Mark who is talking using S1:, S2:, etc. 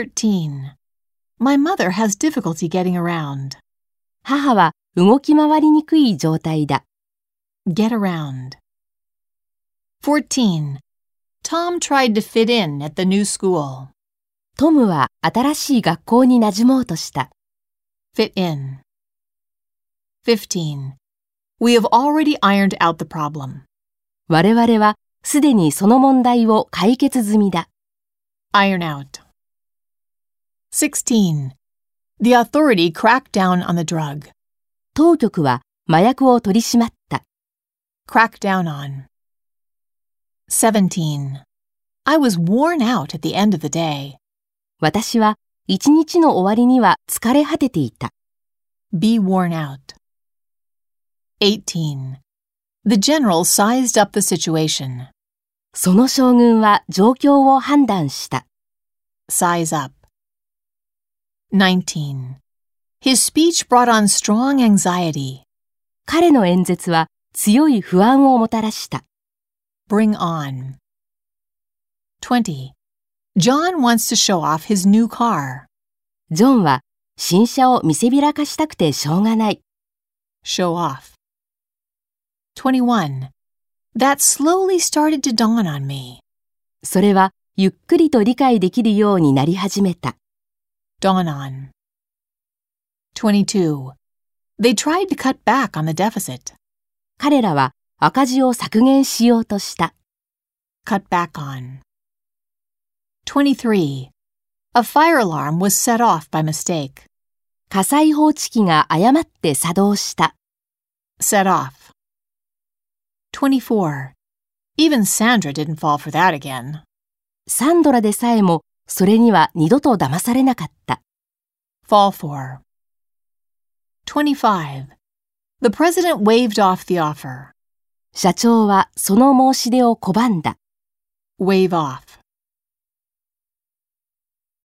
S1: 13. My mother has difficulty getting around.
S2: 母は動き回りにくい状態だ。
S1: Get around. 14. Tom tried to fit in at the new school.
S2: トムは新しい学校に馴染もうとした。
S1: Fit in. 15. We have already ironed out the problem.
S2: 我々はすでにその問題を解決済みだ。
S1: Iron out. 16. The authority cracked down on the drug.
S2: 当局は麻薬を取り締まった。
S1: Crack down on. 17. I was worn out at the end of the day.
S2: 私は一日の終わりには疲れ果てていた。
S1: Be worn out. 18. The general sized up the situation.
S2: その将軍は状況を判断した。
S1: Size up. 19. His speech brought on strong anxiety.
S2: 彼の演説は強い不安をもたらした。
S1: Bring on. 20. John wants to show off his new car.
S2: ジョンは新車を見せびらかしたくてしょうがない。
S1: Show off. 21. That slowly started to dawn on me.
S2: それはゆっくりと理解できるようになり始めた。
S1: Dawn on. 22. They tried to cut back on the deficit.
S2: 彼らは赤字を削減しようとした。
S1: Cut back on. 23. A fire alarm was set off by mistake.
S2: 火災報知器が誤って作動した。
S1: Set off. 24. Even Sandra didn't fall for that again.
S2: サンドラでさえもそれには二度と騙されなかった。
S1: Fall for. 25. The president waved off the offer.
S2: 社長はその申し出を拒んだ。
S1: Wave off.